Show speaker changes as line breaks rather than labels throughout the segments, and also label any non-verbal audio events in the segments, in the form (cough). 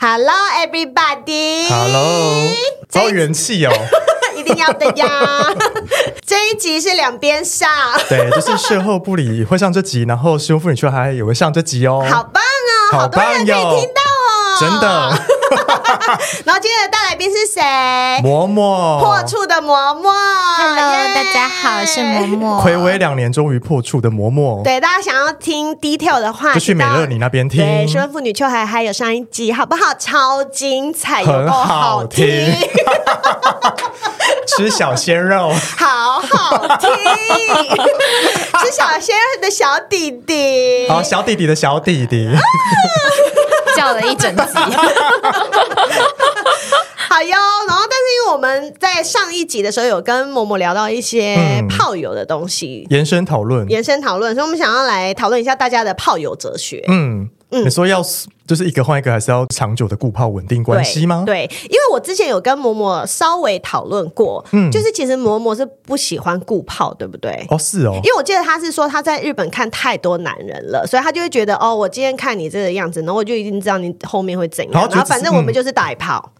Hello, everybody！哎
Hello，好元气哦。
(laughs) 一定要的
(laughs)
呀！这一集是两边上，
对，就是事后不理会上这集，然后失婚妇女圈还也会上这集哦。
好棒哦，
好
多人可以
棒哟
听到哦，
真。的，
然后今天的大来宾是谁？
嬷嬷
哎破处的嬷嬷。
Hello，
耶
大家好，我是嬷。 (laughs) 嬷。
暌违两年，终于破处的嬷嬷，
对，大家想要听 detail 的话，
就去美
知道
乐你那边听。
对，失婚妇女秋海还有上一集，好不好？超精彩，有够
很好
听，
(laughs) 听，吃小鲜
(laughs)
肉，
好好
(laughs)
听，是小鲜肉的小弟弟。
好小弟弟的小弟
(laughs)
弟，
叫了一
(laughs)
整集，
好哟，然后但是因为我们在上一集的时候有跟嬷嬷聊到一些
嗯
炮友的东西，
延伸讨论。
延伸讨论，所以我们想要来讨论一下大家的炮友哲学。
嗯，你说要就是一个换一个，还是要长久的固炮稳定关系吗？，
对，因为我之前有跟嬷嬷稍微讨论过，
嗯
就是其实嬷嬷是不喜欢顾炮，对不对？
哦是哦，
因为我记得她是说她在日本看太多男人了，所以她就会觉得哦，我今天看你这个样子，然后我就一定知道你后面会怎
然
样
后，就
然后
只
反
是
正我们
嗯
就是打一炮。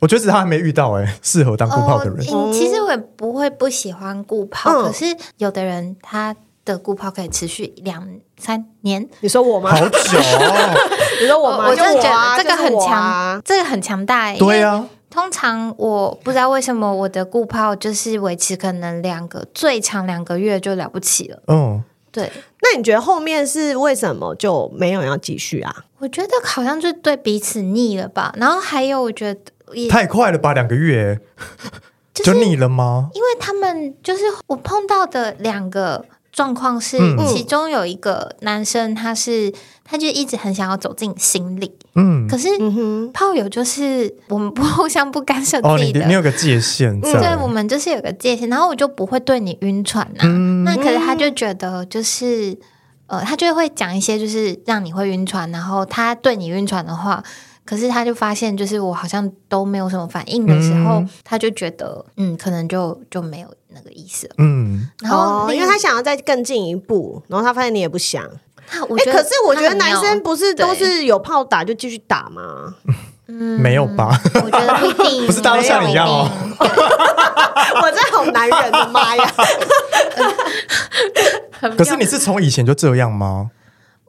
我觉得只是他还没遇到哎，适合当固炮的人。
哦嗯其实我也不会不喜欢顾泡，
嗯
可是有的人他的顾泡可以持续两三年。
你说我吗？
好久、
(laughs)
哦，
你说我吗？
我真的
就
觉
啊
得这个
就是
很
我
强，
啊
这个很强大、欸。
对啊，
通常我不知道为什么我的顾泡就是维持可能两个最长两个月就了不起了。
嗯，
对，
那你觉得后面是为什么就没有要继续啊？
我觉得好像就对彼此腻了吧。然后还有，我觉得也
太快了吧，两个月
就是
就腻了吗？
因为他们就是我碰到的两个状况是，
嗯
其中有一个男生他是他就一直很想要走进心里，
嗯，
可是
嗯哼，
炮友就是我们不互相不干涉
哦，
自己
你
的。嗯
你有个界限在，
对，我们就是有个界限，然后我就不会对你晕船呐、
嗯
那可是他就觉得就是，呃，他就会讲一些就是让你会晕船，然后他对你晕船的话，可是他就发现就是我好像都没有什么反应的时候，
嗯
他就觉得嗯，可能就就没有那个意思了。
嗯，
然后
哦
另一、
因为他想要再更进一步，然后他发现你也不想。
他，啊我
哎、
觉得、
可是我觉得男生。不是
对
都是有炮打就继续打吗？ (laughs)
嗯
没有吧？
我觉得不一定，
不是大家都像你一样哦
没有一定，
我这好男人的妈
(laughs)
呀！
(laughs)
很
可是你是从以前就这样吗？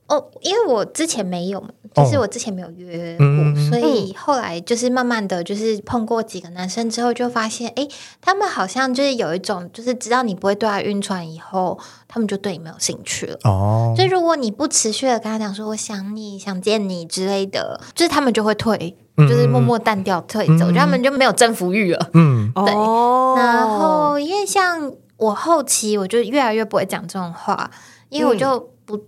哦，因为我之前没有嘛，
哦
就是我之前没有约过，
嗯
所以后来就是慢慢的就是碰过几个男生之后，就发现诶，他们好像就是有一种，就是知道你不会对他晕船以后，他们就对你没有兴趣了。
哦
就，如果你不持续的跟他讲说我想你、想见你之类的，就是他们就会退，
嗯
就是默默淡掉退走，就他们就没有征服欲了。
嗯，
对
哦
然后因为像我后期我就越来越不会讲这种话，因为我就不、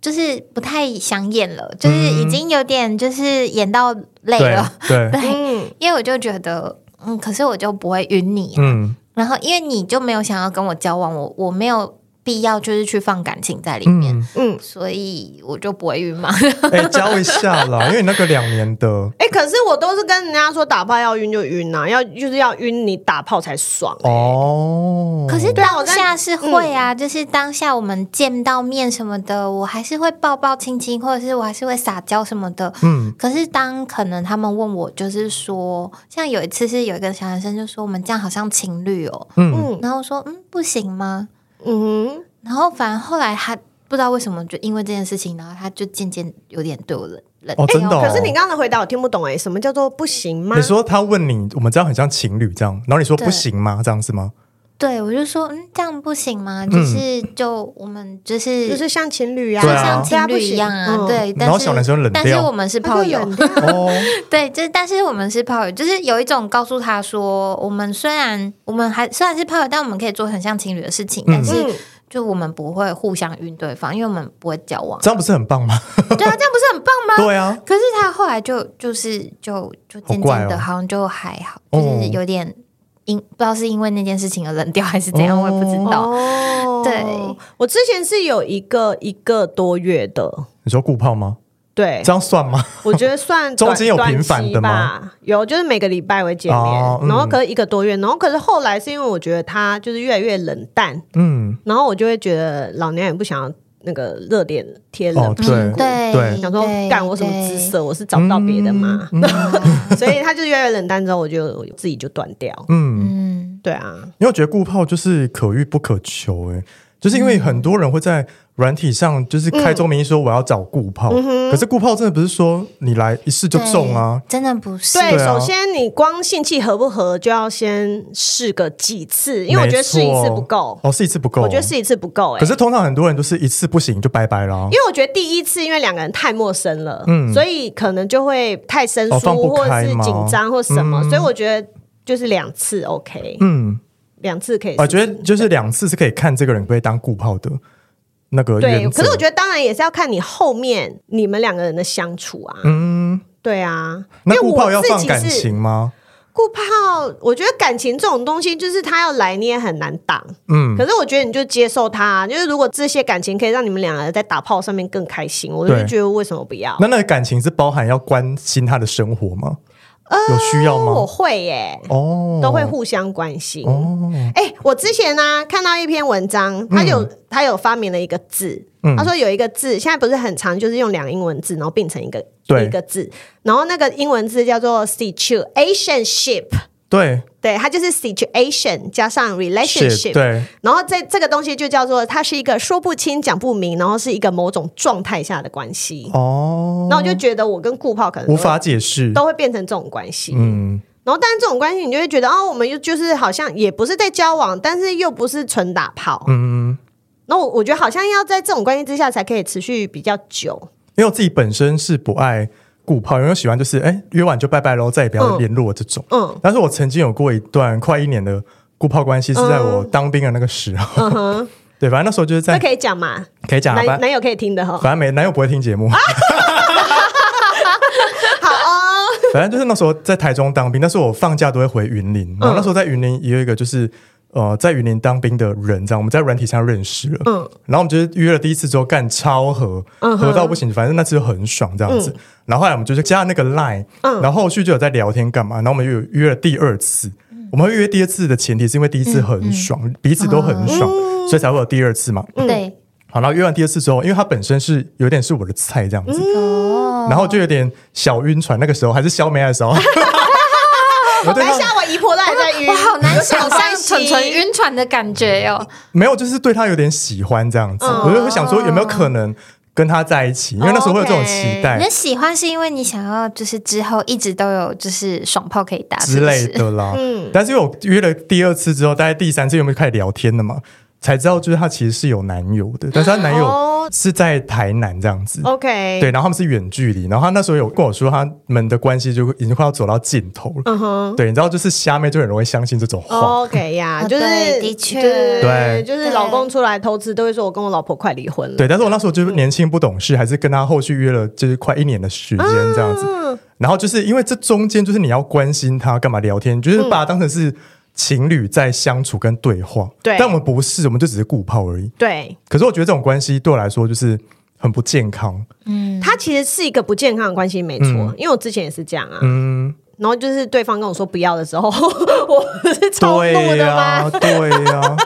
就是不太想演了，就是已经有点就是演到累
对
了，
对，
(laughs) 对，
嗯，
因为我就觉得。嗯，可是我就不会晕你、啊，
嗯
然后因为你就没有想要跟我交往，我我没有必要就是去放感情在里面，
嗯，
所以我就不会晕嘛。
哎，教一下啦，因为你那个两年的
哎、可是我都是跟人家说打炮要晕就晕啊，要就是要晕你打炮才爽、
哦，
(laughs) 可是
对啊我
当
在
下是会啊，就是当下我们见到面什么的，我还是会抱抱亲亲，或者是我还是会撒娇什么的。
嗯
可是当可能他们问我，就是说，像有一次是有一个小男生就说我们这样好像情侣哦，
嗯
嗯
然后我说嗯不行吗？
嗯哼，
然后反正后来他不知道为什么就因为这件事情，然后他就渐渐有点对我冷冷哎
哦，真的、哦。
可是你刚刚的回答我听不懂哎、什么叫做不行吗
你？说他问你，我们知道很像情侣这样，然后你说
对
不行吗？这样是
(laughs)
吗？
对我就说，嗯，这样不行吗？
嗯
就是就我们就是
就是像情侣啊，
就
对啊
像情侣一样
对啊
啊，
不行嗯
对。
然后
但是
小男生冷
但是
掉
我们是
他
炮
就
友
冷，掉
哦，
(laughs) 对，就是但是我们是炮友，就是有一种告诉他说，我们虽然我们还虽然是炮友，但我们可以做很像情侣的事情，但是
嗯，
就我们不会互相晕对方，因为我们不会交往。
这样不是很棒吗？
对啊，这样不是很棒吗？
(laughs) 对啊，
可是他后来就就是就就渐
好怪
渐的，
哦
好像就还好，
哦
就是有点因不知道是因为那件事情而冷掉还是怎样，
哦
我也不知道。
哦
对，
我之前是有一个一个多月的，
你说顾炮吗？
对
这，样算吗？
(laughs) 我觉得算
(laughs) 中间有
短
频繁的？吗
短期吧有，就是每个礼拜会见面，
哦嗯
然后可是一个多月，然后可是后来是因为我觉得他就是越来越冷淡，
嗯，
然后我就会觉得老娘也不想要那个热脸贴冷
哦，
屁股，
对
对
对，
想说
对
干我什么姿色，我是找不到别的嘛，
嗯
(laughs) 所以他就越来越冷淡之后，我就我自己就断掉。
嗯，
嗯，
对啊，
因为我觉得顾炮就是可遇不可求、欸，就是因为很多人会在软体上就是开宗明义说我要找顾炮，
嗯
可是顾炮真的不是说你来一试就中啊，
嗯对，真的不是。
对，
对啊
首先你光性气合不合，就要先试个几次，因为我觉得试一
没
次
错
不够，
哦，试一次不够，
我觉得试一次不够、欸，
可是通常很多人都是一次不行就拜拜了、啊
因，为我觉得第一次，因为两个人太陌生了，
嗯
所以可能就会太生疏，
哦放不
或
开
者是
吗
紧张或什么，
嗯
所以我觉得就是两次 OK，
嗯，
两、次可以试试。
我啊觉得就是两次是可以看这个人可以当顾炮的那个
对，
原则。
可是我觉得当然也是要看你后面你们两个人的相处啊，
嗯，
对啊，因
那
为
顾炮要
我自
放
己
感
是
情吗？
顾炮，我觉得感情这种东西，就是他要来你也很难挡。
嗯，
可是我觉得你就接受他，啊就是如果这些感情可以让你们两个人在打炮上面更开心，我就
对
觉得为什么不要？
那那个感情是包含要关心他的生活吗？有需要
我
吗？
会耶、
哦，
都会互相关心。
哦，嗯
哎、我之前呢、看到一篇文章，他有、他有发明了一个字，他说有一个字，现在不是很常就是用两个英文字，然后并成一个
对
一个字，然后那个英文字叫做 situationship，
对
对，它就是 situation 加上 relationship，
是，对，
然后这这个东西就叫做它是一个说不清讲不明，然后是一个某种状态下的关系。
哦，
那、我就觉得我跟顾炮可能都
无
会
法解释。
都会变成这种关系，
嗯，
然后，但是这种关系，你就会觉得哦，我们又就是好像也不是在交往，但是又不是纯打炮。嗯，那我我觉得好像要在这种关系之下才可以持续比较久。
因为我自己本身是不爱顾炮，因为我喜欢就是哎约完就拜拜喽，再也不要联络这种。
嗯，
但是我曾经有过一段快一年的顾炮关系，是在我
嗯
当兵的那个时候。 (laughs) 对，反正那时候就是
这
在
嗯可以讲嘛？
可以讲啊，
男
反
男友可以听的哈。
反正没男友不会听节 (laughs) 目。
啊好哦，
反正就是那时候在台中当兵，但是我放假都会回云林。
嗯
然后那时候在云林也有一个就是呃，在云林当兵的人，这样我们在软体上认识了。嗯，然后我们就是约了第一次之后干超合，
嗯
合到不行，反正那次就很爽这样子。然后后来我们就是加那个 Line，、然
嗯
后后续就有在聊天干嘛，然后我们又有约了第二次。
嗯
我们会约第二次的前提是因为第一次很爽，彼此都很爽，
嗯
所以才会有第二次嘛。
对，
好，然后约完第二次之后，因为他本身是有点是我的菜这样子，
哦，
然后就有点小晕船，那个时候还是消梅的时
(laughs)
候。我
等
对
一
他
下我姨婆都还在
嗯
晕，
我好难想象
伤心
蠢蠢晕船的感觉哦
(laughs)
哟、
没有，就是对他有点喜欢这样子，
嗯
我就会想说有没有可能跟他在一起，因为那时候会有这种期
你
待
的喜欢是因为你想要，就是之后一直都有就是爽炮可以打
之类。
是不是嗯
的啦。但是因为我约了第二次之后，大概第三次有没有开始聊天了嘛？才知道就是她其实是有男友的，但是她男
哦
友是在台南这样子。
OK，
对，然后他们是远距离，然后他那时候有跟我说，他们的关系就已经快要走到尽头了。对，你知道，就是虾妹就很容易相信这种话。
OK 呀，
哦
就是
对的确
对
对
就是
对
老公出来偷吃都会说我跟我老婆快离婚了。
对，但是我那时候就是年轻不懂事，还是跟他后续约了就是快一年的时间这样子。然后就是因为这中间就是你要关心他干嘛聊天，就是把他当成是情侣在相处跟对话。
对
但我们不是，我们就只是顾炮而已。
对，
可是我觉得这种关系对我来说就是很不健康。
嗯
它其实是一个不健康的关系，没错，因为我之前也是这样啊。
嗯，
然后就是对方跟我说不要的时候， (laughs) 我不是超怒
对
的
呀、
吗？
对呀、
(laughs)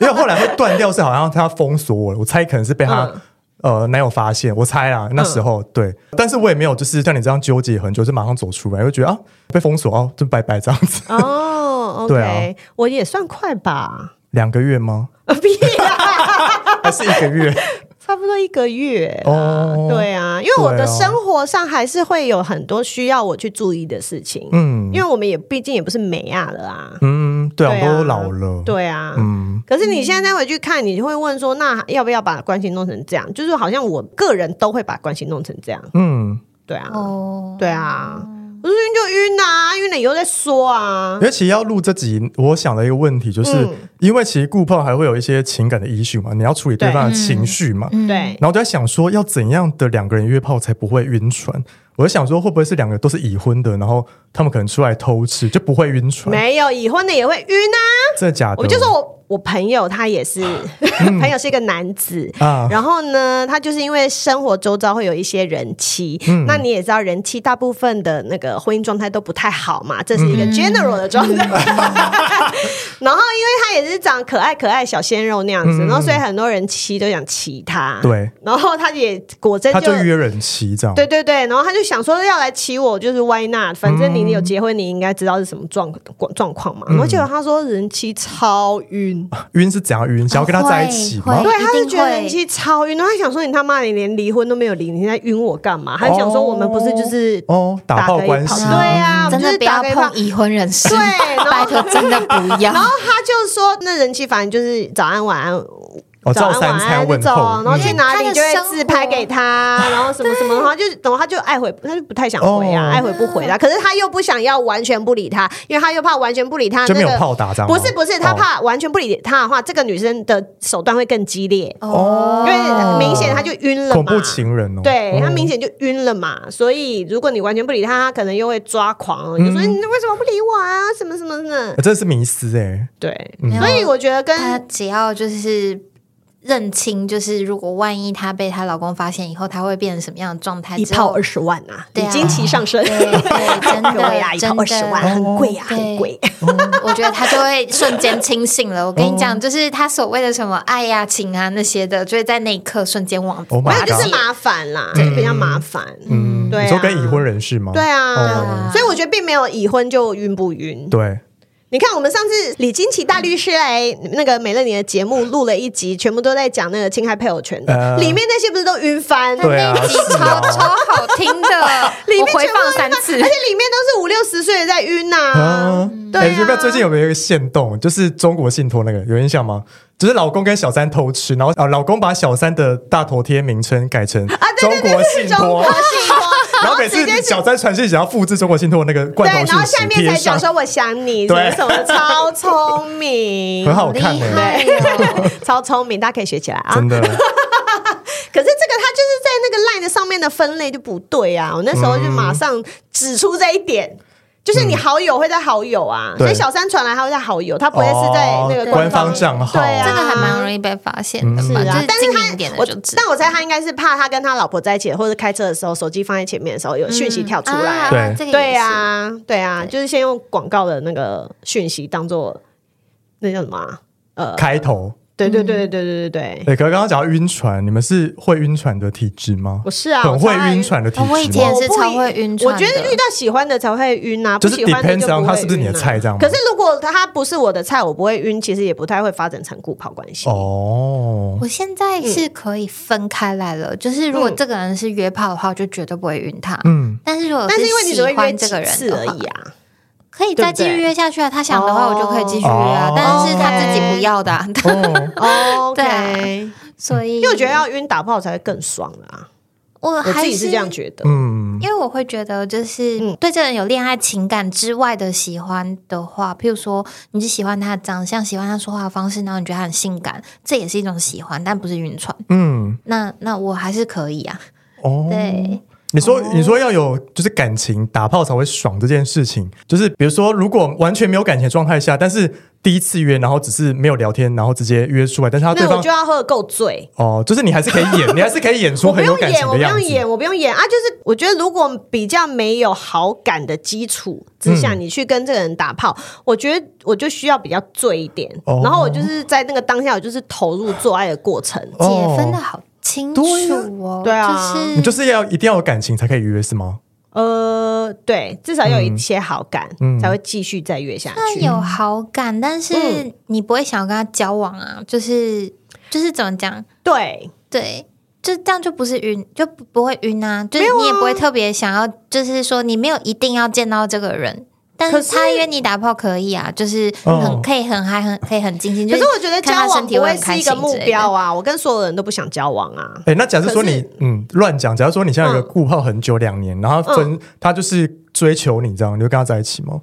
因为后来会断掉是好像他封锁我了，我猜可能是被他、
嗯
呃男友发现，我猜啦，那时候、对，但是我也没有就是像你这样纠结很久，就马上走出来，就觉得啊被封锁哦，就拜拜这样子，
哦，OK，
对啊
我也算快吧。 (laughs)
两个月吗？
屁啊！
还是一个月？
多一个月。
哦，
对啊，因为我
对啊
的生活上还是会有很多需要我去注意的事情，
嗯，
因为我们也毕竟也不是美亚了啊。
嗯，对啊，我
对啊
们都老了，，
对啊，
嗯，
可是你现在再回去看，你会问说，那要不要把关系弄成这样？就是好像我个人都会把关系弄成这样，
嗯，
对啊，
哦，
对啊，不是晕就晕啊，晕了以后再说啊
因。为其实要录这集，我想了一个问题，就是、
嗯
因为其实顾碰还会有一些情感的 issue 嘛，你要处理对
对
方的
嗯
情绪嘛，
嗯
对，
然后我就在想说，要怎样的两个人约炮才不会晕船？我就想说，会不会是两个都是已婚的，然后他们可能出来偷吃就不会晕船？
没有已婚的也会晕啊。
真的假的？
我就说我我朋友他也
(laughs)
是，朋友是一个男子。
嗯啊，
然后呢，他就是因为生活周遭会有一些人妻，
嗯
那你也知道，人妻大部分的那个婚姻状态都不太好嘛，这是一个
嗯
general 的状态。 (laughs) 然后，因为他也是长可爱可爱小鲜肉那样子，
嗯
然后所以很多人妻都想骑他。
对，
然后他也果真
他就约人妻
哦
这样，
对对对，然后他就想说要来骑我，就是 why not？反正你
嗯
有结婚，你应该知道是什么状状况嘛。然后结果他说人妻超晕，
晕是怎样晕？想要跟他在一起吗
会？
对，他
哦一
就
定
觉得
会
人妻超晕，然后他想说你他妈你连离婚都没有离，你现在晕我干
哦
嘛？他就想说我们不是就是
哦，打炮
个一
关系，
炮对啊我们
真
就
的
是
不
打
要
给他
碰已婚人士，
对然后
拜托，真的不
(laughs)
要
然。后他就说，那人气反正就是早安晚安。
哦
早
照
安
三
晚
餐
安
问
那
候
种，然后去
嗯
哪
他
里
的
就会
生
自拍给他，
(laughs)
然后什么什么，然后他就然后他就爱回，他就不太想回啊，
哦
爱回不回啦。可是他又不想要完全不理他，因为他又怕完全不理他
就
那
没有
个
炮啊哦打这样吗。
不是不是，他怕完全不理他的话，这个女生的手段会更激烈，
哦
因为明显他就晕
哦
了
恐
嘛
怖。情人哦，
对他
哦
明显就晕了嘛，所以如果你完全不理他，他可能又会抓狂，就
嗯
说你为什么不理我啊？什么什么的
呃，真的是迷思哎，
对，
没有
所以我觉得跟
她只要就是认清，就是如果万一她被她老公发现以后，她会变成什么样的状态？
一
之后
炮二十万啊，
对啊
已经期上升。
对
(laughs)
对，真
各位啊，
的
一炮
真
二十万，
哦
的。
很贵啊，
对
很贵。
(laughs) 我觉得她就会瞬间清醒了。我跟你
哦
讲，就是她所谓的什么爱呀、情啊那些的，就会在那一刻瞬间忘
Oh my
没
瓦
有，
解
就是麻烦啦，比较麻烦。
嗯，
对啊
你说跟已婚人士吗？
对啊，
哦
所以我觉得并没有已婚就晕不晕。
对，
你看，我们上次李金奇大律师来那个美乐你的节目录了一集，全部都在讲那个侵害配偶权的，
呃
里面那些不是都晕翻？
对啊
那集
是
超
啊
超好听的，
(laughs) 里
我
面
回
全部
放
都
三次
而。且里面都是五六十岁的在晕呐
啊。，
嗯对
你知道
啊，
最近有没有一个限动，就是中国信托那个有印象吗？就是老公跟小三偷吃，然后啊，老公把小三的大头贴名称改成
啊
中国信
中
托
国，信托，
(laughs) 然后每
直
次
接是
小三传讯想要复制中国信托那个罐
对，
头
然后
信
下
息
面
贴
才讲
上，
说我想你，什么
对
什么，超聪
(laughs)
明，
很 (laughs) 好看
厉
欸
害哦！
(laughs) 超聪明，大家可以学起来啊。 (laughs)
真的，
可是这个它就是在那个 line 的上面的分类就不对啊，我那时候就马上指出这一点。就是你好友会在好友啊，
嗯对
所以小三传来他会在好友，他不会是在那个
哦
官
官
方。
方账号，
对啊
这个还蛮容易被发现
嗯
的嘛，
是
就
啊
是，
但
精
他
明一点的
我
就知道。
但我猜他应该是怕他跟他老婆在一起，或者开车的时候手机放在前面的时候有讯息跳出来啊
啊，
嗯对
这个也
对
是
啊，对啊，
对
就是先用广告的那个讯息当做那叫什么啊、呃，
开头。
对对对对对对对对，
哎对，可是刚刚讲到晕船，你们是会晕船的体质吗？
我是啊，
很会
我超爱
晕船的体
我以
质
前
吗
也？
我
是
哦不
超会晕
我
船
觉得
的
遇到喜欢的才会晕啊，
就是
不喜欢的就
depends on
不
他
会
是不是你的
晕啊
菜这样吗
可是如果他不是我的菜，我不会晕，其实也不太会发展成固跑关系。
哦，
我现在
嗯
是可以分开来了，就是如果这个人是约炮的话，我就绝对不会晕他。
嗯，
但哦是如果
但是因为你只会
喜
约
欢
几
这个人
次
的
而
话
已，
(laughs)
啊，
可以再继续约下去啊。他想的话，
哦
我就可以继续约啊
哦。
但是他自己不要的啊，
哦，
哦，
对啊
对，
(laughs) 所以
因为我觉得要晕打炮才会更爽啊，
我
我自
还
己是这样嗯觉得。
嗯，
因为我会觉得，就是对这个人有恋爱情感之外的喜欢的话，譬如说你是喜欢他的长相，喜欢他说话的方式，然后你觉得他很性感，这也是一种喜欢，但不是晕船。
嗯，
那那我还是可以啊，
哦，
对，
你说，
哦
你说要有就是感情打炮才会爽这件事情，就是比如说，如果完全没有感情的状态下，但是第一次约，然后只是没有聊天，然后直接约出来，但是他对
那
方
我就要喝得够醉，
哦，就是你还是可以
(laughs)
演，你还是可以演出
我不
很有
用
感
演，
情
我
的
不
样
用
子。
演，我不用演啊！就是我觉得，如果比较没有好感的基础之下，
嗯
你去跟这个人打炮，我觉得我就需要比较醉一点。
哦
然后我就是在那个当下，我就是投入做爱的过程。
哦
姐分的好清楚哦，
对啊
就是
你嗯就是要一定要有感情才可以约是吗？
呃，对，至少要有一些好感，
嗯
才会继续再约下
那
去。
有好感，但是你不会想要跟他交往啊，就是就是怎么讲？
对，
对，就这样就不是晕，就不不会晕啊，就是你也不会特别想要，就是说你没有一定要见到这个人。但
可
是
是
他约你打炮可以啊，就是
哦
很可以很嗨，很可以很尽兴。
可
就是
我觉得交
看他
往
身
不
体
会
很
是
开
一个
心之
目
类的
标啊，我跟所有人都不想交往啊。
哎、那假设说
可
你
是嗯
嗯乱讲，假如说你现在有个顾炮很久两年，然后他分、他就是追求你这样，你就跟他在一起吗？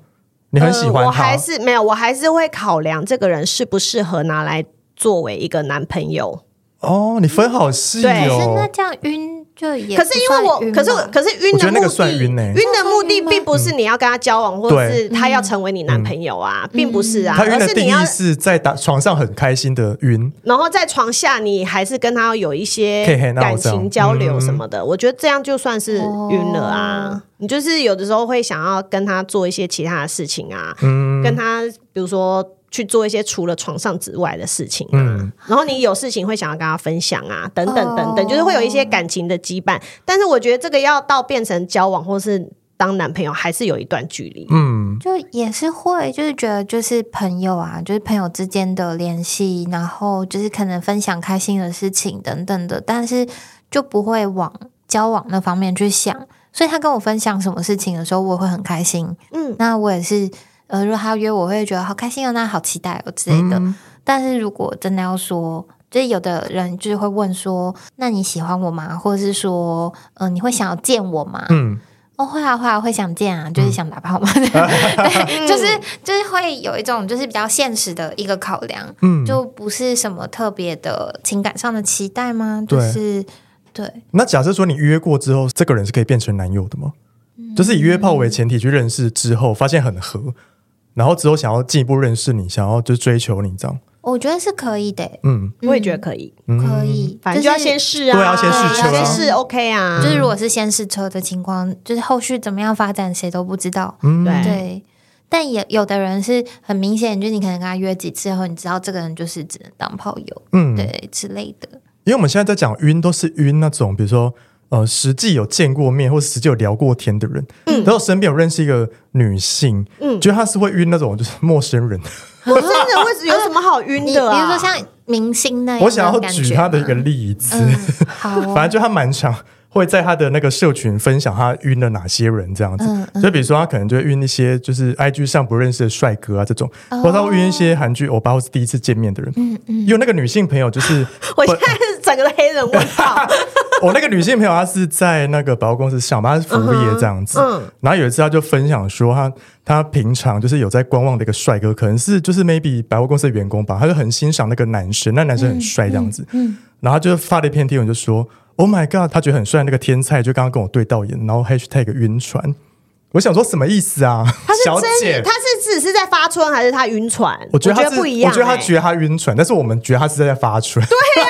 你很喜
呃
欢
我
他，
还是没有，我还是会考量这个人适不适合拿来作为一个男朋友。
哦，你分好细
对
可是那
哦，
这样晕就也
可是因为我
不算，晕吧
可是我，可是晕
我觉
的
得那个
目的，
算晕
的目的
欸
算晕吗嗯
并不是你要跟他交往，或者
对
是他要成为你男朋友啊，并不是啊，
他晕
而
的
是
定
你要
义，是在打床上很开心的晕，
然后在床下你还是跟他有一些
可以 hang out
感
这
情
样
交流
嗯
什么的。我觉得这样就算是
哦
晕了啊。你就是有的时候会想要跟他做一些其他的事情啊，
嗯
跟他比如说。去做一些除了床上之外的事情啊，
嗯
然后你有事情会想要跟他分享啊，等等等等，
哦
就是会有一些感情的羁绊。但是我觉得这个要到变成交往或是当男朋友，还是有一段距离。
嗯，
就也是会，就是觉得就是朋友啊，就是朋友之间的联系，然后就是可能分享开心的事情等等的，但是就不会往交往那方面去想。所以他跟我分享什么事情的时候，我会很开心。
嗯，
那我也是，呃，如果他约我，我会觉得好开心哦，那好期待哦之类的。
嗯
但是如果真的要说，就是有的人就是会问说，那你喜欢我吗？或者是说，嗯、你会想要见我吗？
嗯，
哦，会啊，会啊，会想见啊，就是想打炮嘛，
(laughs)
对，就是就是会有一种就是比较现实的一个考量，
嗯
就不是什么特别的情感上的期待吗？就是对，
那假设说你约过之后，这个人是可以变成男友的吗？
嗯
就是以约炮为前提去认识之后，发现很合，然后之后想要进一步认识你，想要就是追求你这样，
我觉得是可以的，
嗯，
我也觉得可以，
嗯
可，以，
反正就要
是
先试啊，
对啊先试
车啊
先试 OK 啊，
就是如果是先试车的情况，就是后续怎么样发展谁都不知道，
嗯
对
对。但也有的人是很明显，就是你可能跟他约几次后，你知道这个人就是只能当炮友，
嗯，
对之类的。
因为我们现在在讲晕，都是晕那种，比如说呃，实际有见过面或实际有聊过天的人。嗯，然后身边有认识一个女性，嗯，觉得她是会晕那种就是陌生人。
我真的会有什么好晕
你
的、啊？
比如说像明哎星那样，
我想要举她的一个，例子，
嗯，好、哦，
反正就她蛮常会在她的那个社群分享她晕了哪些人这样子，
嗯
就比如说她可能就会晕一些就是 IG 上不认识的帅哥啊这种，或者她会晕一些韩剧欧巴或是第一次见面的人。嗯嗯，因为那个女性朋友就是
我现在是整个的黑人问号，
我那个女性朋友，她是在那个百货公司上班，她是服务业这样
嗯
子。然后有一次，她就分享说她，她平常就是有在观望的一个帅哥，可能是就是 maybe 百货公司的员工吧，她就很欣赏那个男生，那男生很帅这样子。
嗯
然后她就发了一篇贴文，就说：“Oh my god！” 她觉得很帅那个天菜，就刚刚跟我对到眼，然后 hashtag 晕船。我想说什么意思啊，
他是
(laughs) 小
真，
姐？
他是只是在发春，还是他晕船？
我觉得他是，
不一样、
我觉得他
欸
觉得他晕船，但是我们觉得他是在发春。对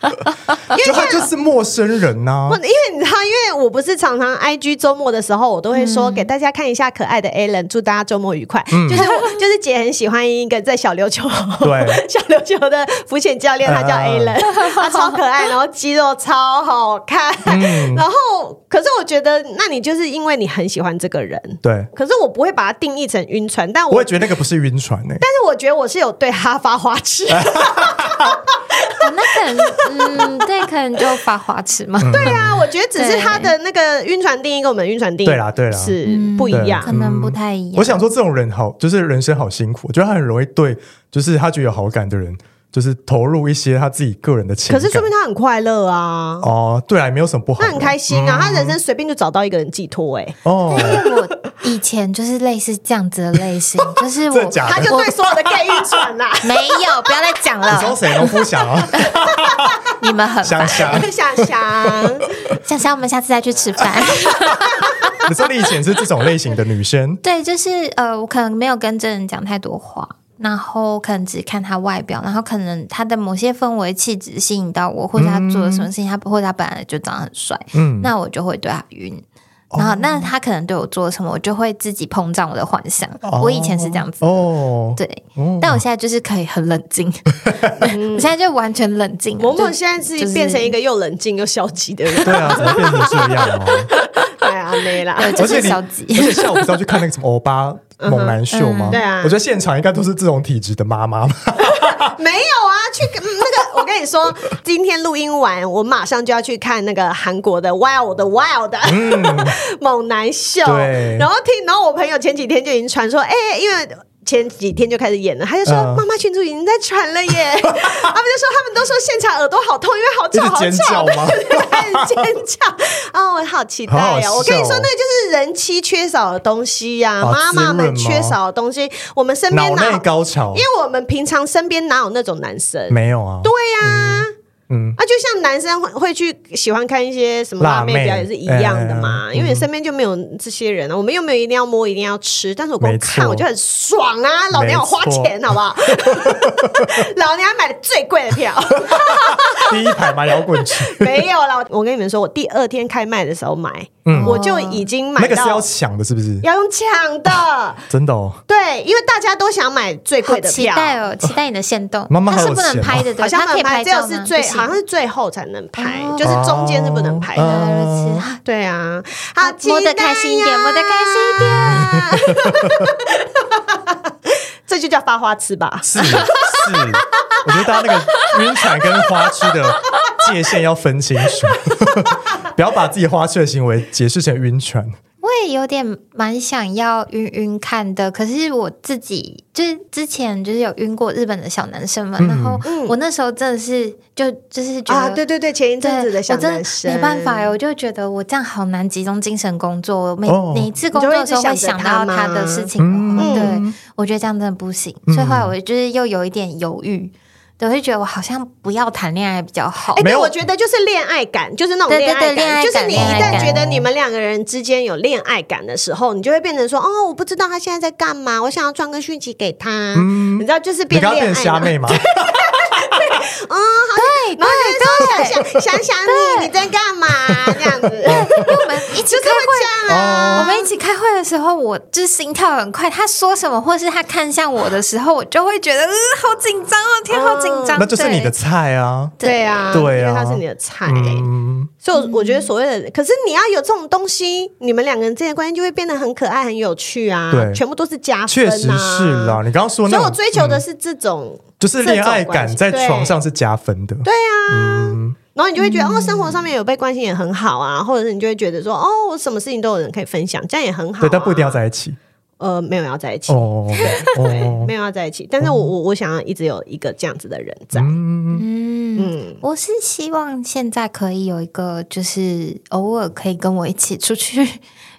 啊，就他就是陌生人呐、
不，因为你知道，因为我不是常常 IG 周末的时候，我都会
嗯
说、给大家看一下可爱的 Alan，祝大家周末愉快。就是我就是姐很喜欢一个在小琉球，
对
(laughs) 小琉球的浮潜教练，他叫
嗯嗯
Alan，、他
(laughs)
超可爱，然后肌肉超好看。
嗯
(laughs) 然后，可是我觉得，那你就是因为你很喜欢这个人，
对。
可是我不会把它定义成晕船，但我
我也觉得那个不是晕船欸呢、
但是我觉得我是有对他发花
(laughs)
痴，
哦那可能，嗯，对，可能就发花痴嘛，
嗯
对，
对啊，我觉得只是他的那个晕船定义跟我们的晕船定义
对啦对啦嗯
是不一样
可。能不太一样。
我想说，这种人好，就是人生好辛苦。我觉得他很容易对，就是他觉得有好感的人，就是投入一些他自己个人的情
可
感。
是说明他很快乐啊，
哦，嗯对啊，没有什么不好的。
他很开心啊，他人生随便就找到一个人寄托，哎， (laughs)
哦，
因为我以前就是类似这样子的类型，就是我
(laughs) 真的假的
他就对所有的 gay 晕船
(laughs)
啦。
没有，不要再讲
你说
了，
谁都不想啊，
(laughs)
你们很
想
烦。
想。
想
(laughs)
想，
想想我们下次再去吃饭。
你说你以前是这种类型的女生，
对，就是呃，我可能没有跟这人讲太多话，然后可能只看他外表，然后可能他的某些氛围气质吸引到我，或者他做了什么事情，他或者他本来就长得很帅，
嗯，
那我就会对他晕。然后，那他可能对我做了什么，我就会自己膨胀我的幻想。我以前是这样子，
哦，
对，但我现在就是可以很冷静，我现在就完全冷静了。
萌萌
就
现在是
就是
变成一个又冷静又消极的
(laughs)
人，
对啊，怎么变成这样哦？
(laughs) 哎呀，没啦。
对，就
而且
是
你
消极。
而且下午不是要去看那个什么欧巴猛男秀吗？
嗯对啊
我觉得现场应该都是这种体质的妈妈吧。
(laughs) 没有啊，去跟嗯那个，我跟你说，今天录音完，我马上就要去看那个韩国的 Wild Wild 的、 (laughs) 猛男秀。
嗯对
然后听，然后我朋友前几天就已经传说，哎、因为。前几天就开始演了，他就说
嗯
妈妈群主已经在传了耶，他
(laughs)
们就说他们都说现场耳朵好痛，因为好吵好
一直尖叫
吵
吗
对对对很尖叫啊！我好期待
好好
哦
笑！
我跟你
哦
说，那个就是人妻缺少的东西呀，
啊
妈妈
滋润
们
吗
缺少的东西，我们身边
脑内
哪
高潮
因为我们平常身边哪有那种男生？
没有啊？
对呀、
嗯，
啊，就像男生会会去喜欢看一些什么辣妹
辣妹
表演是一样的嘛，
哎
因为你身边就没有这些人啊，我们又没有一定要摸，一定要吃，但是我光
没错
看我就很爽啊，老娘有花钱好不好？ (laughs) 老娘买的最贵的
(laughs)
票，
第一排买摇滚曲，
没有啦，我跟你们说，我第二天开卖的时候买，
嗯
我就已经买
那个是要
到。
抢的，是不是？
要用抢的，
真的哦，
对，因为大家都想买最
好
贵的
期
票，
待哦，期待你的线动。
妈妈
它
好
是
有
不能
钱哦
拍的，对，
好像
它可以
拍
拍
只有
照
是
吗？
最
不行
好像是最后才能拍，
哦
就是中间是不能拍的。
原来如此啊
对啊，好期待呀，
摸得开心一点摸得开
心一点。这就叫发花痴吧？
是是，我觉得大家那个晕船跟花痴的界限要分清楚， (laughs) 不要把自己花痴的行为解释成晕船。
我也有点蛮想要晕晕看的，可是我自己就是之前就是有晕过日本的小男生嘛，然后我那时候真的是就就是觉得。
啊，对对对，前一
嗯对
阵子的小
我真
男
的
生，
没办法耶，我就觉得我这样好难集中精神工作。我每、
哦
每一次工作的时候会想到他的事情嘛，
嗯
对，我觉得这样真的不行。所以后来我就是又有一点犹豫，对，我就觉得我好像不要谈恋爱比较好。
哎，
没
对，
有
我觉得就是恋爱感，就是那种
对对
恋爱
对恋
感，
爱
就是
感
你一
恋爱
旦
感
觉得你们两个人之间有恋爱感的时候，你就会变成说，哦，我不知道他现在在干嘛，我想要传个讯息给他，你知道，就是
嗯你
变
刚刚
恋爱
变成虾
脑。
妹吗？
对，
然后就会说想想想想你，你在干嘛这样 (laughs) 子，
因为我们一起
就是
开会
会这样啊。
我们一起开会的时候，我就是心跳很快。他说什么，或是他看向我的时候，我就会觉得，嗯、好紧张哦，天，好紧张。
那就是你的
对
菜啊。
对啊，
对啊
因为他是你的菜、
嗯，
所以我我觉得所谓的，可是你要有这种东西，你们两个人之间的关系就会变得很可爱、很有趣啊，
对
全部都是加分、啊，
确实是啦。。你刚刚说
啊所以
那
我
种，嗯
追求的是这种，
就是恋爱感在
这种关系
床上是加分的。
对啊。然后你就会觉得、哦，生活上面有被关心也很好啊，或者是你就会觉得说，哦，我什么事情都有人可以分享，这样也很好、啊。
对，但不一定要在一起。
呃，没有要在一起，
哦哦
没，有要在一起。但是我我我想要一直有一个这样子的人在，
嗯，
嗯，
嗯
我是希望现在可以有一个，就是偶尔可以跟我一起出去，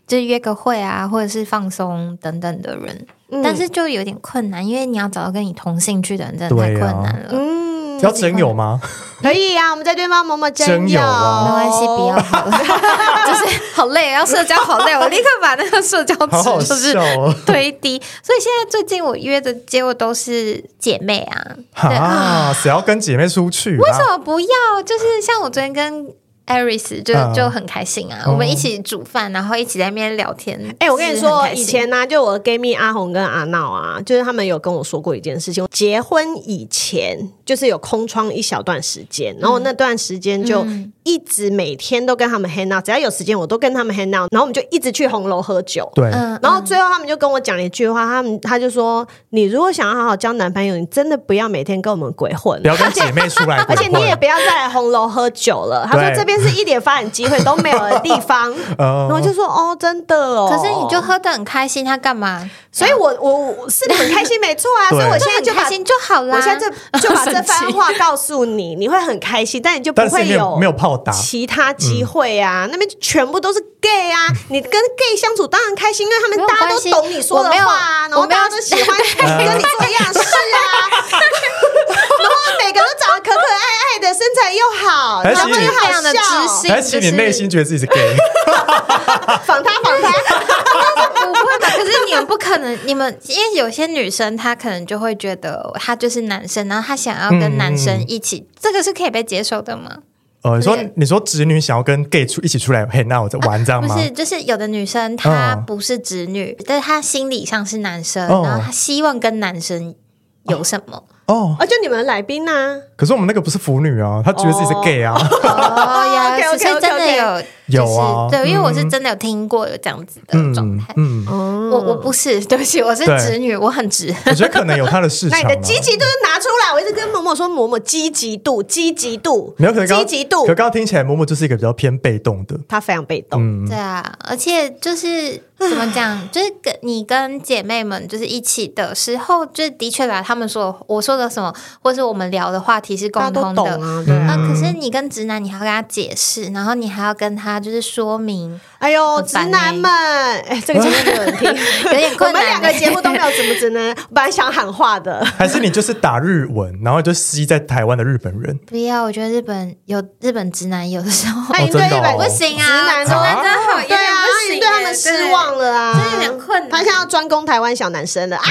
就是约个会啊，或者是放松等等的人。
嗯
但是就有点困难，因为你要找到跟你同兴趣的人，真的太
对
困
啊
难了。
嗯，
(laughs) 要真有吗？
可以啊，我们在对方某某
真有啊
没关系，不要好 (laughs) 了，就是好累，要社交好累，我立刻把那个社交
好好
值就是
笑
(laughs)
哦。 (laughs)
推低，所以现在最近我约的结果都是姐妹啊，对啊，
啊，谁要跟姐妹出去？啊为什
为什么不要？就是像我昨天跟 Iris 就、
嗯
就很开心啊，
哦
我们一起煮饭，然后一起在那边聊天。
哎、我跟你
是很
说，
开心
以前呢、就我的 gay 蜜阿红跟阿闹啊，就是他们有跟我说过一件事情。结婚以前就是有空窗一小段时间，然后那段时间就一直每天都跟他们 hang out，只要有时间我都跟他们 hang out，然后我们就一直去红楼喝酒。
对，
嗯，
然后最后他们就跟我讲了一句话，他们他就说：“你如果想要好好交男朋友，你真的不要每天跟我们鬼混
不，要跟姐妹出来
而
鬼
且
混。
你也不要再来红楼喝酒了。”他说：“
对
这边是一点发展机会都没有的地方。”然后我就说：“哦，真的哦。”
可是你就喝的很开心，他干嘛？
所以我，我我是很开心，没错啊。
(laughs) 啊对
所以我
就
现在
很
就把
开，心啊就好啦。
我现在就就把这
生气
番话告诉你，你会很开心，但你就不
但是
会
没有没有炮打，嗯
其他机会啊。那边全部都是 gay 啊，你跟 gay 相处当然开心，因为他
没
们
有
大家都
关系
懂你说的
我没有
话啊，然后
我没有
大家都喜欢跟你做一
(laughs)
样的事啊。然后每个都长得可可爱爱的，身材又好，
还
然
是
后
你
又
非
好
常的知
笑，
性
还是你内心觉得自己是 gay？
仿他仿他。
不会吧？可是你们不可能，你们因为有些女生她可能就会觉得她就是男生，然后她想要
嗯
跟男生一起，这个是可以被接受的吗？
(laughs) 呃，你说
对
你说直女想要跟 gay 出一起出来 hang out 玩这样吗
不？是，就是有的女生她
嗯
不是直女，但是她心理上是男生，
哦
然后她希望跟男生有什么？
哦，
哦，就你们来宾呐，
可是我们那个不是腐女啊，她觉得自己是 gay 啊，
哦，原来
OK，OK，OK，OK
是所以真的有，
有
就是
啊
对，因为我
嗯
是
嗯
真的有听过有这样子的状
嗯
态。
(laughs) 嗯，
哦
我我不是， (laughs) 对不起，我是
对
直女，我很直。
我觉得可能有它的市
那
场
你
啊。
的积极度就拿出来，我一直跟某某说，某某积极度，积极度，
没有可能刚
积极度
可，刚刚听起来，嬷嬷就是一个比较偏被动的，
他非常被动。
嗯
对啊，而且就是怎么讲，就是跟你跟姐妹们就是一起的时候，就是的确啦，他们说我说的什么，或是我们聊的话题是
大家
共
都
通
懂
的。
啊，对
嗯
啊
啊！
可是你跟直男，你还要跟他解释，然后你还要跟他就是说明，
哎呦，
很
直
烦欸
男们，哎，
(laughs)
这个节目没有人听，
有点
我
困
们
难欸。
两个节目都没有怎么直男，我本来想喊话
(laughs)
的，
还是你就是打日文，然后你就吸在台湾的日本人？
不要，我觉得日本有日本直男有的时候
那你哎对
真的
一百
哦
不行啊，
直男
直男
啊
真的好，
对
有点
啊，
不
你
行
对他们
耶
失。望了啊，
真的有点困难嗯
他现在要专攻台湾小男生了啊！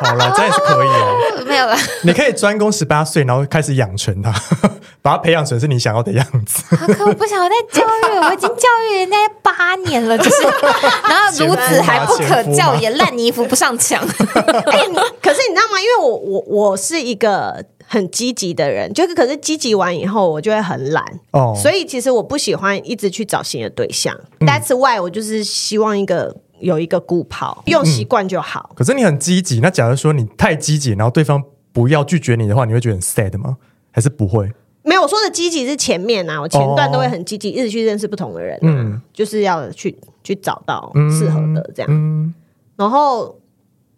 好了，这样也是可以哦。
对 (laughs) 没有了， (laughs)
你可以专攻十八岁，然后开始养成他， (laughs) 把他培养成是你想要的样子。
好可我不想再教育了，我已经教育人家八年了，就是， (laughs) 然后孺子还不可教也，烂泥扶不上墙。
哎，你可是你知道吗？因为我我我是一个很积极的人，就是可是积极完以后，我就会很懒。
哦，嗯
所以其实我不喜欢一直去找新的对象。That's why 我就是希望一个有一个固跑，
嗯
用习惯就好。
可是你很积极，那假如说你太积极，然后对方不要拒绝你的话，你会觉得很 sad 吗？还是不会？
没有我说的积极是前面啊，我前段都会很积极，一直去认识不同的人、啊，
嗯
就是要去去找到适合的这样。
嗯，
然后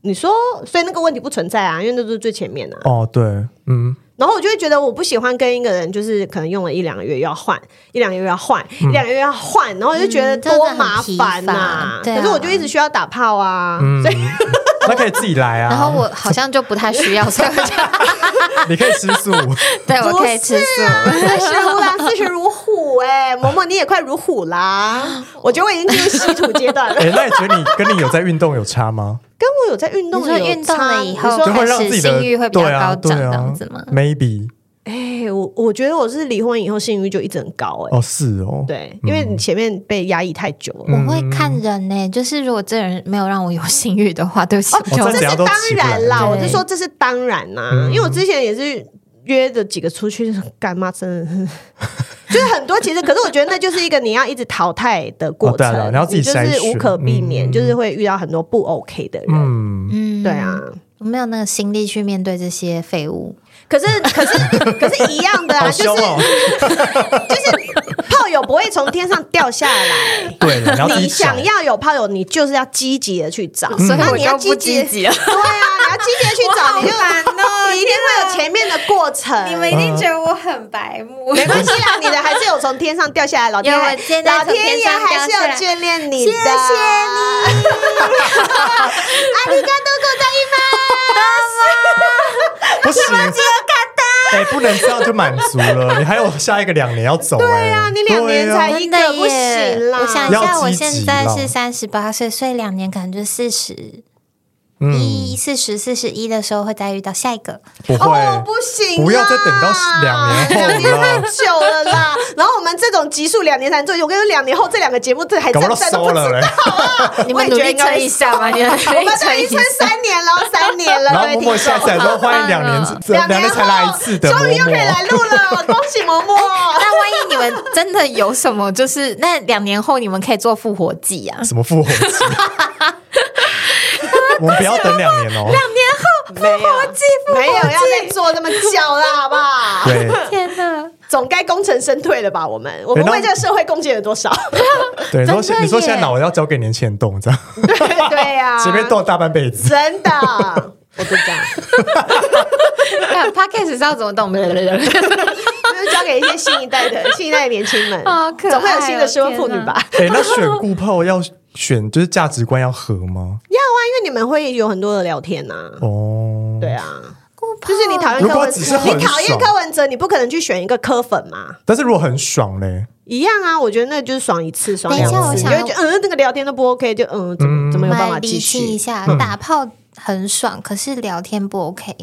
你说，所以那个问题不存在啊，因为那都是最前面啊。
哦，对，嗯，
然后我就会觉得我不喜欢跟一个人，就是可能用了一两个月又要换，一两个月要换，
嗯
一两个月要换，然后我就觉得
嗯真的
多
很
麻
疲
烦呐、
乏对啊
可是我就一直需要打炮啊，所以
嗯那可以自己来啊。
然后我好像就不太需要，所以我就
你可以吃素，
对我可以吃素。
啊
(laughs)
四十如狼，四十如虎、哎，嬷嬷你也快如虎
(laughs)
啦！我觉得我已经进入稀土阶段了
(laughs) 哎、。那你觉得你跟你有在运动有差吗？
跟我有在运动
你说
的有
运动
差
了以后
你说
就会让自己的
性欲会比较
对啊，
高涨
对啊
这样子吗
？Maybe
哎、我我觉得我是离婚以后性欲就一直很高、哎、
哦，嗯是哦，，
对，因为你前面被压抑太久了。
我会看人呢、就是如果这人没有让我有性欲的话，对不起，我
这
就
这
怎
是
样都
当
起不来
然啦，
对
我是说这是当然啦、
嗯
因为我之前也是约的几个出去，就是干嘛真的是。 (laughs) 就是很多，其实可是我觉得那就是一个你要一直淘汰的过
哦对
程，
啊对啊你要自己
就
筛
是
选
无可避免，
嗯
就是会遇到很多不 OK 的人，
嗯，
嗯
对啊。
我没有那个心力去面对这些废物。
可是可是 (laughs) 可是一样的啊，
好
就是
凶哦，
炮友不会从天上掉下来，
对了，你要自己
你
找
想要有炮友，你就是要积极的去找，
所以
那
嗯我
你要
就不积
极
极了
对啊，你要积极的去找，你就你一定会有前面的过程，
一定觉得我很白目，
哎没关系啊，你的还是有从天上掉下来，老天
有
还
我现在
老
从
天
天
爷
上
还是有
掉下来
眷恋你的，谢谢你。阿里嘎多狗在一
不行，哎、不能这样就满足了，你还有下一个两年要走、哎，对
啊你两年才
真的
一个不行
耶！
啦
我想一下，
要
我
积极啦
现在是三十八岁，所以两年可能就四十
嗯
一、四十、四十一的时候会再遇到下一个。
不会、
哦，不行啦，
不要再等到两年后了
两年太久了啦。然后我们这种集数两年才做，我跟你说，两年后这两个节目哎这还
搞
真
不到
的都
收
不
了
知 (laughs)
嘞、
道啊。
你
我也觉
们努
得
力
应该
撑一下吧，你们努
(laughs) 我
力
们都
撑
已
一
经撑
下。
三年了，三年了，
然后
各位
默默
听众
下载说欢迎两年
好，
两
年
年才来一次的
后终于又
默
可以来录
默。
了，恭喜嬷嬷。
那万一你们真的有什么，就是那两年后你们可以做复活剂啊！
什么复
(laughs)
活节？我们不要等两年哦。
没有，没有要再做这么久了，好不好？
对
天哪，
总该功成身退了吧？我们我们
对那
为这个社会贡献了多少？
对，你说
真的
现你说现在
耶
脑要交给年轻人动，这样
对呀、
随便动大半
(laughs)
辈子。
真的，我就这样，
那 podcast 是要怎
(laughs)
么动？
就是交给一些新一代的新一代的年轻们，
(laughs) 好可爱哦
总会有新的失婚妇女吧？
哎，那选固炮要选就是价值观要合吗？
要啊，因为你们会有很多的聊天呐、啊
哦，
对啊。就是你讨厌
啊
如
柯
果
文
只是
哲，
很
你讨厌
爽
柯文哲，你不可能去选一个柯粉嘛？
但是如果很爽嘞，
一样啊，我觉得那就是爽一次，爽
等一
两
下
次，
我
你
想
就会觉得嗯，那个聊天都不 OK，就嗯，怎么怎么有办
来
法
理
继
性一
续？
下，打炮很爽，可是聊天不 OK，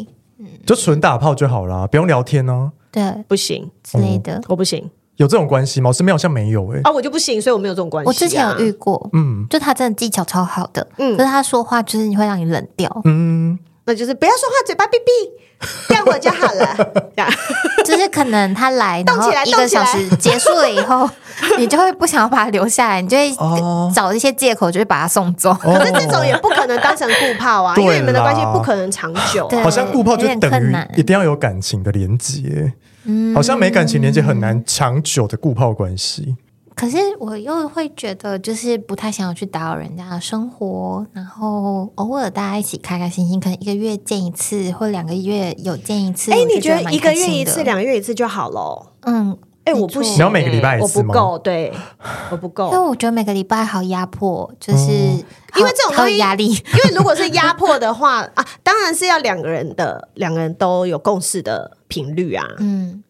就纯打炮就好啦，不用聊天呢。
对
不行，
之
哦
类的。
我不行
有这种关系吗？我身边好像没有哎。
啊，我就不行，所以我没有这种关系啊。
我之前有遇过，
嗯
就他真的技巧超好的，
嗯
可是他说话就是你会让你冷掉，
嗯， (laughs)
那就是不要说话，嘴巴闭闭，干活就好了。这样
就是可能他来，然
动
后
起来
一个小时结束了以
(laughs)
后，你就会不想要把他留下来，你就会
哦
找一些借口，就是把他送走。
可是这种也不可能当成顾炮啊，因为你们的
对啦
关系不可能长久啊、
对
好像顾炮就
有点
等
困
于
难
一定要有感情的连接，
嗯
好像没感情连接很难长久的顾炮关系。
(laughs) 可是我又会觉得，就是不太想要去打扰人家的生活，然后偶尔大家一起开开心心，可能一个月见一次，或两个月有见一次。
哎、
我就
你觉
觉
得一
蛮
个
开
月
心
一
的
次、两个月一次就好喽？
嗯，
哎、
没
我不
错
行、
你要每个礼拜一
我
次
不
吗
够，对，我不够
因为。我觉得每个礼拜好压迫，就是好、
哦因为这种
好
东西
有压力。
因为如果是压迫的话啊，当然是要两个人的，两个人都有共识的频率啊。
嗯，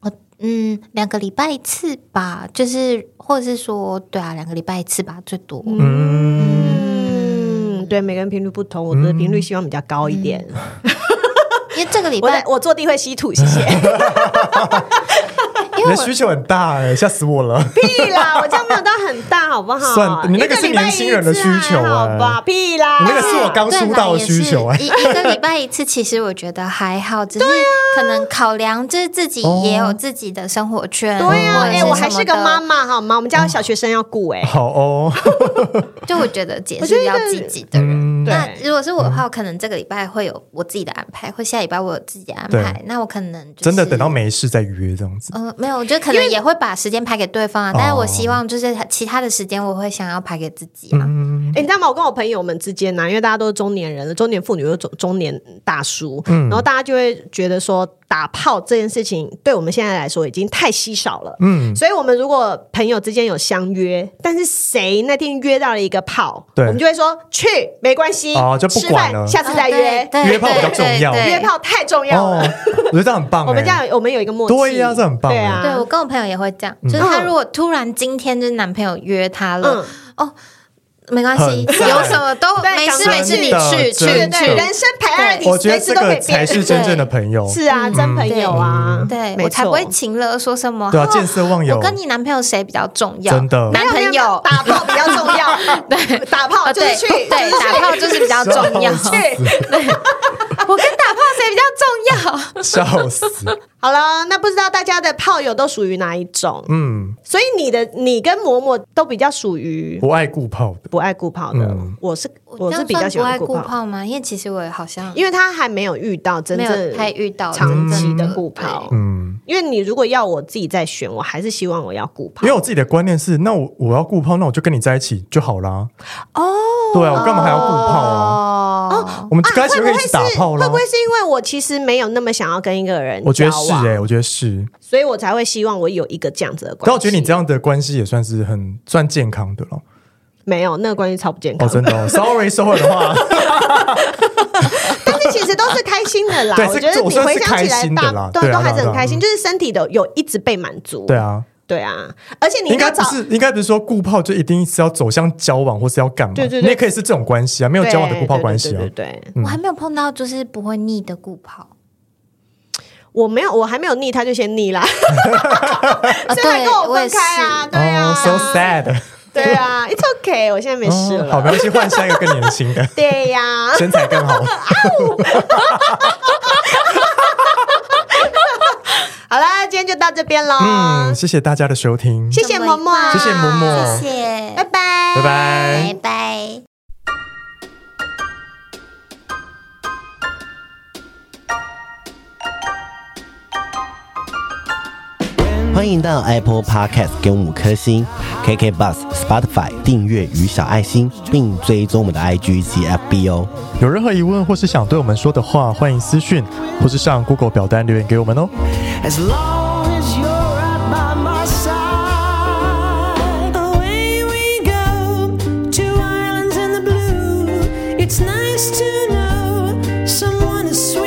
我嗯两个礼拜一次吧，就是或者是说，对啊，两个礼拜一次吧，最多。
嗯，
嗯，对，每个人频率不同，我的频率希望比较高一点。
因为这个嗯礼
我在
拜，
我坐地会吸土，谢谢。
(laughs)
因
你
为
的
我
需求很大哎，吓死我了。
(laughs) 屁啦，我这样没有到很大，好不好？
算你那个是
一礼拜
年轻人的需求啊
一次还啊好吧？屁啦，
你那个是我刚
对
出
啦
道的
也
需
啊
是
求哎。
一一个礼拜一次，其实我觉得还
(laughs)
好，只是可能考量就是自己也有自己的生活圈。
对呀、
或者
哎、
什么
我还是个
的
妈，妈，好吗？我们
啊
家有小学生要顾、哎、
好哦，
就我觉得姐
我觉得
是要自己的人。
嗯
对
那如果是我的话，我可能这个礼拜会有我自己的安排，或下礼拜我有自己的安排
对。
那我可能就是
真的等到没事再约这样子。
嗯，没有，我觉得可能也会把时间排给对
哦
方啊，但是我希望就是其他的时间我会想要排给自己啊。
嗯，
哎、你知道吗？我跟我朋友们之间呢、啊因为大家都是中年人了，中年妇女又中中年大叔，
嗯
然后大家就会觉得说，打炮这件事情对我们现在来说已经太稀少了。嗯，所以我们如果朋友之间有相约，但是谁那天约到了一个炮，我
对
们就会说去没关系，
哦就不
吃
管
饭
了
下次再约。
啊哦对对
约炮比较重要
对对
约炮太重要
哦
了，，
我觉得这样很棒哎。
我们这样有我们有一个默契。
对呀这很棒
对
对
啊
我，跟我朋友也会这样，
嗯
就是他如果突然今天就是男朋友约他
嗯
了，哦，没关系，
很赞
有什么都
对
没事
赶快
没事，你
去
去去
真
对
的
对，
去
人生排 priority，
我觉得
随时
这
都可
个
以
才
变。
是真正的哦朋友。
是啊，真朋友啊，
对
没
我才
错
不会情勒说什么。
(laughs)
对啊
哦
见色忘友
我跟你男朋友谁比较重要？
真的
男
没
朋
有没有
友
打炮比较重要，对，打炮
啊
就是
(laughs) 对
去，
对，
就是去
打炮就是
(laughs)
(laughs)
比较重要。
笑
对，我跟打炮谁比较重要？
笑死，
好了，那不知道大家的炮友都属于哪一种？
嗯，
所以你的你跟嬷嬷都比较属于
不爱顾炮的，
不爱顾炮的
嗯，
我是
我
我是比较喜
不爱
欢
顾
顾炮，
炮吗？因为其实我也好像
因为他还没有遇到真
没有
正
太遇到
长期
真嗯
的
正
顾炮。
嗯，
因为你如果要我自己再选，我还是希望我要顾炮
因为。我自己的观念是，那我我要顾炮，那我就跟你在一起就好啦。哦，对啊，我干嘛还要顾炮啊？
哦，
我们刚开始就可以一
啊会
起
是
打炮啦
会不。会是因为我其实没有那么想要跟一个人
我觉得
交
是
往
哎、我觉得是，
所以我才会希望我有一个这样子的关系。
但我觉得你这样的关系也算是很算健康的了。
没有那个关系超不健
哦，
康，
真的、 (laughs) 哦、，sorry，收回的 (laughs) 话，
但是其实都是开心的啦。
对
我
是
觉得
我
你
算
回
是
想起
开
来
心的啦
大，
对啊
都还是
对
很
啊
开心，就是身体的有一直被满足。
对啊，
对啊，而且你
应该
要
不
找
是，应该不是说顾炮就一定是要走向交往或是要干嘛，
对对对
你也可以是这种关系啊，没有
对
交往的顾炮关系啊
对对，对对对
我还没有碰到就是不会腻的顾炮。
(laughs) 我没有，我还没有腻，他就先腻啦，所 (laughs)
啊
以他
对
跟，我
我也
分
是。
开啊，对
哦
啊
，so (laughs) sad，
对啊，It's OK，我现在没事
哦好，没
了，，
关系，换下一个更年轻 (laughs) 的
对呀，
身材更好。
好啦，今天就到这边喽，
嗯，谢谢大家的收听，
谢谢嬷嬷，
谢谢嬷嬷
谢谢，
拜拜，
拜拜
拜。拜。
欢迎到 Apple Podcast 给我们五颗星，KK Bus、Spotify 订阅与小爱心，并追踪我们的 IG 及 FB 哦。
有任何疑问或是想对我们说的话，欢迎私讯或是上 Google 表单留言给我们哦。
As long as you're right by my side. Away we go to islands in the blue. It's nice to know someone is sweet.